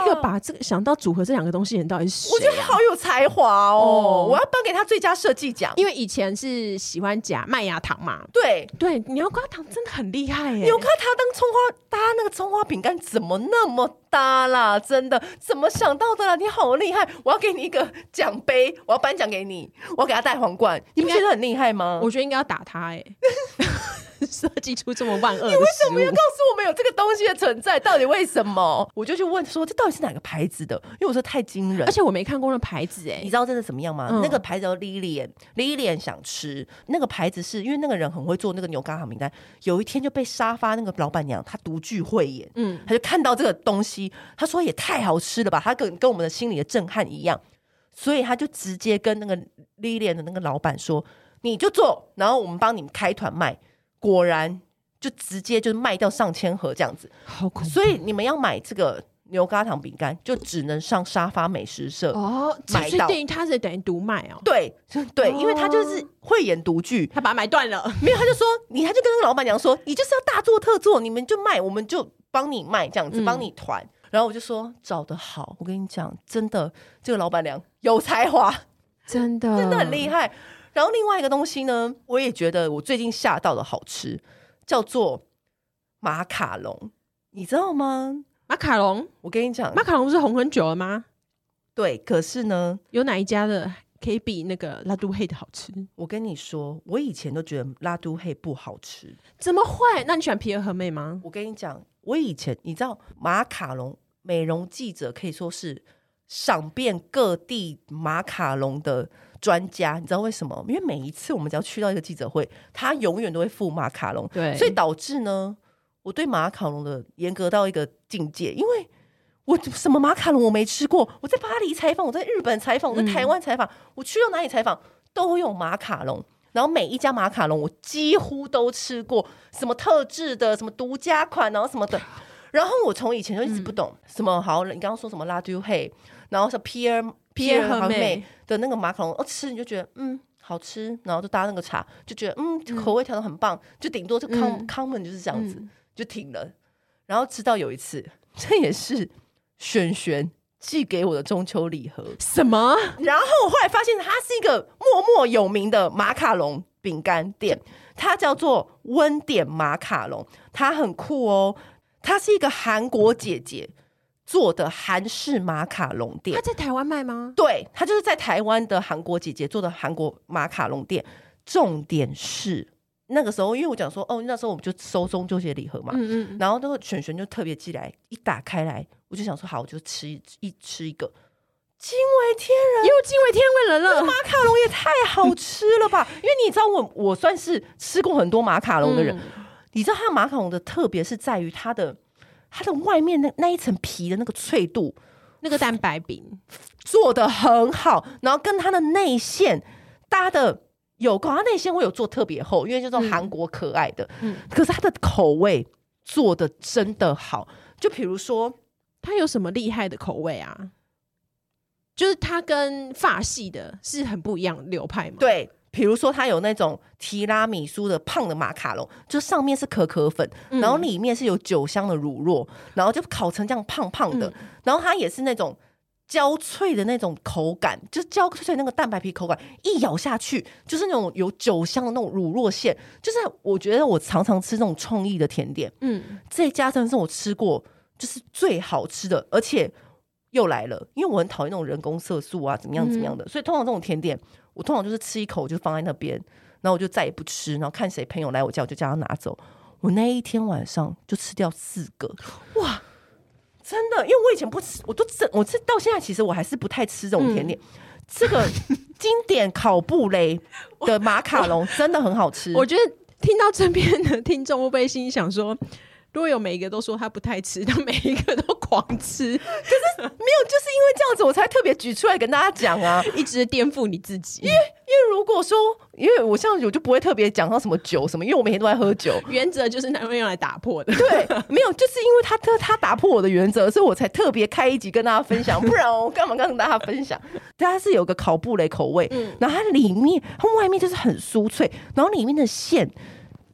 Speaker 2: 第一个把这个想到组合这两个东西的人到底是
Speaker 1: 我
Speaker 2: 谁
Speaker 1: 觉得
Speaker 2: 啊、
Speaker 1: 他好有才华哦！
Speaker 2: 哦
Speaker 1: 我要颁给他最佳设计奖。
Speaker 2: 因为以前是喜欢夹麦芽糖嘛，
Speaker 1: 对，
Speaker 2: 对，牛轧糖真的很厉害耶、
Speaker 1: 牛轧糖当葱花搭那个葱花饼干，怎么那么搭啦？真的，怎么想到的啦？你好厉害！我要给你一个奖杯，我要颁奖给你，我要给他戴皇冠，你不觉得很厉害吗？
Speaker 2: 我觉得应该要打他哎、 设计出这么万恶的
Speaker 1: 为什
Speaker 2: 食
Speaker 1: 么要
Speaker 2: 物
Speaker 1: 告。诉我们有这个东西的存在？到底为什么？我就去问说，这到底是哪个牌子的？因为我说太惊人
Speaker 2: 而。且我没看过那牌子哎、
Speaker 1: 你知道这是怎么样吗？
Speaker 2: 嗯
Speaker 1: 那个牌子叫 Lilian，Lilian 想吃那个牌子是因为那个人很会做那个牛轧糖名单，有一天就被沙发那个老板娘她独具慧眼，嗯
Speaker 2: 嗯，
Speaker 1: 她就看到这个东西，她说哎也太好吃了吧，她跟跟我们的心里的震撼一样，所以她就直接跟那个 Lilian 的那个老板说，你就做，然后我们帮你们开团卖，果然就直接就卖掉上千盒这样子，
Speaker 2: 好恐怖
Speaker 1: 所以你们要买这个牛轧糖饼干，就只能上沙发美食社。
Speaker 2: 哦！所
Speaker 1: 买
Speaker 2: 以
Speaker 1: 到
Speaker 2: 等于他是等于毒卖哦，
Speaker 1: 对对，因为他就
Speaker 2: 哦
Speaker 1: 是慧眼独具，
Speaker 2: 他把它买断了。
Speaker 1: 没有他就说你，他就跟那个老板娘说，你就是要大做特做，你们就卖，我们就帮你卖这样子，
Speaker 2: 嗯
Speaker 1: 帮你团。然后我就说找得好，我跟你讲，真的，这个老板娘有才华，
Speaker 2: 真的，
Speaker 1: 真的很厉害。然后另外一个东西呢，我也觉得我最近吓到的好吃，叫做马卡龙，你知道吗？
Speaker 2: 马卡龙，
Speaker 1: 我跟你讲
Speaker 2: 马，卡龙不是红很久了吗？
Speaker 1: 对，可是呢，
Speaker 2: 有哪一家的可以比那个拉杜黑的好吃？
Speaker 1: 我跟你说，我以前都觉得拉都黑不好吃，
Speaker 2: 怎么会？那你喜欢皮尔和妹吗？
Speaker 1: 我跟你讲，我以前你知道马卡龙美容记者可以说是赏遍各地马卡龙的专家，你知道为什么？因为每一次我们只要去到一个记者会，他永远都会附马卡龙，
Speaker 2: 对
Speaker 1: 所以导致呢，我对马卡龙的严格到一个境界，因为。我什么马卡龙我没吃过，我在巴黎采访，我在日本采访，我在
Speaker 2: 嗯
Speaker 1: 台湾采访，我去到哪里采访都有马卡龙。然后每一家马卡龙我几乎都吃过，什么特制的，什么独家款，然后什么的。然后我从以前就一直
Speaker 2: 嗯
Speaker 1: 不懂、什么好，你刚刚说什么拉杜黑，然后是 Pierre
Speaker 2: Pierre
Speaker 1: 和
Speaker 2: Hermé
Speaker 1: 妹的那个马卡龙，哦吃你就觉得嗯好吃，然后就搭那个茶，就觉得嗯口味调的很棒，就顶多就 com、
Speaker 2: 嗯
Speaker 1: common 就是这
Speaker 2: 这
Speaker 1: 样子、就停了。然后直到有一次，这也是璇璇寄给我的中秋礼盒，
Speaker 2: 什么？
Speaker 1: 然后我后来发现它是一个默默有名的马卡龙饼干店，它叫做温点马卡龙，它很酷哦，它是一个韩国姐姐做的韩式马卡龙店
Speaker 2: 他。在台湾卖吗？
Speaker 1: 对，它就是在台湾的韩国姐姐做的韩国马卡龙店。重点是那个时候，因为我讲说，哦，那时候我们就收中秋节礼盒嘛，
Speaker 2: 嗯嗯，
Speaker 1: 然后那个璇璇就特别寄来，一打开来，我就想说，好，我就吃一一吃一个，惊为天人。
Speaker 2: 又惊为天人了。
Speaker 1: 马卡龙也太好吃了吧！ 因为你知道我，我算是吃过很多马卡龙的人，
Speaker 2: 嗯
Speaker 1: 你知道它马卡龙的特别是在于它的它的外面那那一层皮的那个脆度
Speaker 2: 那个蛋白饼，
Speaker 1: 做的很好，然后跟它的内馅搭的有够，它内馅会有做特别厚，因为就是韩国可爱的，
Speaker 2: 嗯
Speaker 1: 可是它的口味做的真的好，就比如说。
Speaker 2: 它有什么厉害的口味啊？就是它跟法系的是很不一样的流派嘛。，
Speaker 1: 对，比如说它有那种提拉米苏的胖的马卡龙，就上面是可可粉，然后里面是有酒香的乳酪，然后就烤成这样胖胖的。然后它也是那种焦脆的那种口感，就是焦脆那个蛋白皮口感，一咬下去就是那种有酒香的那种乳酪馅，就是我觉得我常常吃这种创意的甜点，
Speaker 2: 嗯，
Speaker 1: 这家真的是我吃过就是最好吃的，而且又来了，因为我很讨厌那种人工色素啊，怎么样怎么样的，所以通常这种甜点，我通常就是吃一口我就放在那边，然后我就再也不吃，然后看谁朋友来我家，我就叫他拿走。我那一天晚上就吃掉四个，哇！真的，因为我以前不吃，我都真我吃到现在，其实我还是不太吃这种甜点。这个经典烤布雷的马卡龙真的很好吃，
Speaker 2: 我觉得听到这边的听众会不会心里想说，如果有每一个都说他不太吃，他每一个都狂吃，
Speaker 1: 没有，就是因为这样子，我才特别举出来跟大家讲啊。
Speaker 2: 一直颠覆你自己，
Speaker 1: 因为如果说，因为我像我就不会特别讲到什么酒什么，因为我每天都在喝 酒。
Speaker 2: 原则就是男朋友用来打破 的。
Speaker 1: 对，没有，就是因为他他他打破我的原则，所以我才特别开一集跟大家分享，不然我干嘛跟大家分 享？嗯对，它是有个烤布雷口味，然后它里面它外面就是很酥脆，然后里面的馅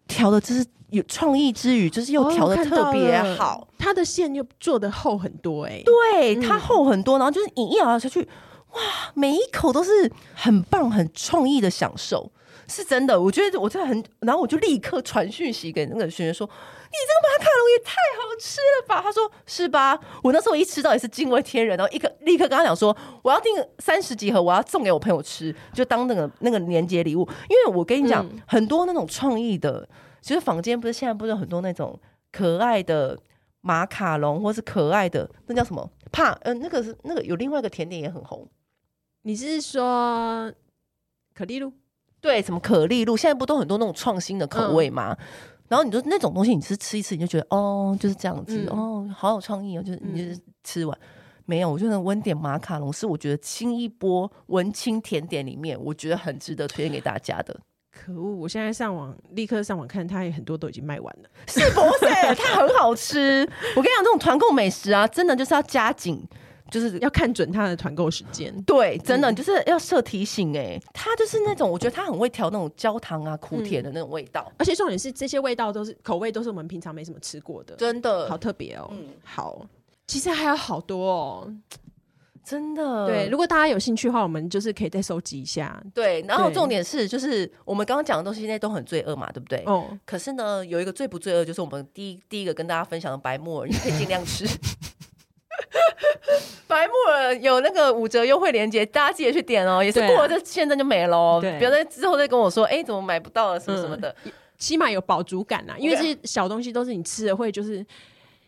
Speaker 1: 调的就是有创意之余，就是又调的特别好。
Speaker 2: 哦，它的线又做的厚很多哎、
Speaker 1: 对，它厚很多，然后就是你一咬下去，哇，每一口都是很棒、很创意的享受，是真的。我觉得我真的很，然后我就立刻传讯息给那个学员说：“你这个马卡龙也太好吃了吧！”他说：“是吧？”我那时候一吃到也是惊为天人，然后一个立刻跟他讲说：“我要订三十几盒，我要送给我朋友吃，就当那个那个年节礼物。”因为我跟你讲，很多那种创意的，其实坊间不是现在不是有很多那种可爱的。马卡龙或是可爱的，那叫什么？帕？嗯、呃，那个是那个有另外一个甜点也很红，
Speaker 2: 你是说可丽露？
Speaker 1: 对，什么可丽露，现在不都很多那种创新的
Speaker 2: 嗯
Speaker 1: 口味吗？然后你就那种东西，你是吃一次你就觉得哦，就是这样子，
Speaker 2: 嗯
Speaker 1: 哦，好有创意哦，就是
Speaker 2: 嗯
Speaker 1: 你就是吃完。没有，我觉得温点马卡龙是我觉得新一波文青甜点里面，我觉得很值得推荐给大家的，
Speaker 2: 可恶！我现在上网立刻上网看，它也很多都已经卖完了。
Speaker 1: 是不是？它很好吃。我跟你讲，这种团购美食啊，真的就是要加紧，就是
Speaker 2: 要看准它的团购时间。
Speaker 1: 对，真
Speaker 2: 嗯
Speaker 1: 的、就是要设提醒哎、它就是那种我觉得它很会调那种焦糖啊、苦甜的那种味道，
Speaker 2: 而且重点是，这些味道都是口味，都是我们平常没什么吃过的，
Speaker 1: 真的
Speaker 2: 好特别哦。好，其实还有好多哦。
Speaker 1: 真的
Speaker 2: 对，如果大家有兴趣的话，我们就是可以再收集一下。
Speaker 1: 对。然后
Speaker 2: 对
Speaker 1: 重点是，就是我们刚刚讲的东西，那都很罪恶嘛，对不对？
Speaker 2: 哦，
Speaker 1: 可是呢，有一个最不罪恶，就是我们第一第一个跟大家分享的白木耳，你可以尽量吃。 白木耳有那个五折优惠链接，大家记得去点哦。也是
Speaker 2: 对啊
Speaker 1: 过了这现在就没了哦，
Speaker 2: 对嗯
Speaker 1: 不要在之后再跟我说，哎，怎么买不到了什么什么的。
Speaker 2: 起码有饱足感啦，因为这
Speaker 1: 对
Speaker 2: 些小东西都是你吃了会就是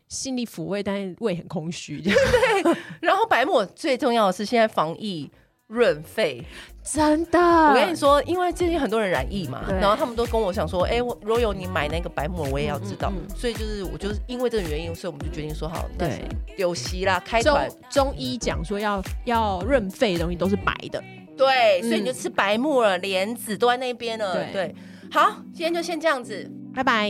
Speaker 2: 心里抚慰，但是胃很空虚，这样
Speaker 1: 然后白木耳最重要的是现在防疫润肺，
Speaker 2: 真的。
Speaker 1: 我跟你，说，因为最近很多人染疫嘛，
Speaker 2: 嗯对
Speaker 1: 然后他们都跟我想说，哎、我 Royal 你买那个白木耳，我也要知道。所以就是我就是因为这个原因，所以我们就决定说好，那
Speaker 2: 嗯对
Speaker 1: 有席啦，开
Speaker 2: 中
Speaker 1: 团，
Speaker 2: 中医讲说要要润肺的东西都是白的，
Speaker 1: 对，
Speaker 2: 嗯
Speaker 1: 所以你就吃白木耳、莲子都在那边了，
Speaker 2: 对
Speaker 1: 对。
Speaker 2: 嗯
Speaker 1: 好，今天就先这样子，
Speaker 2: 拜拜。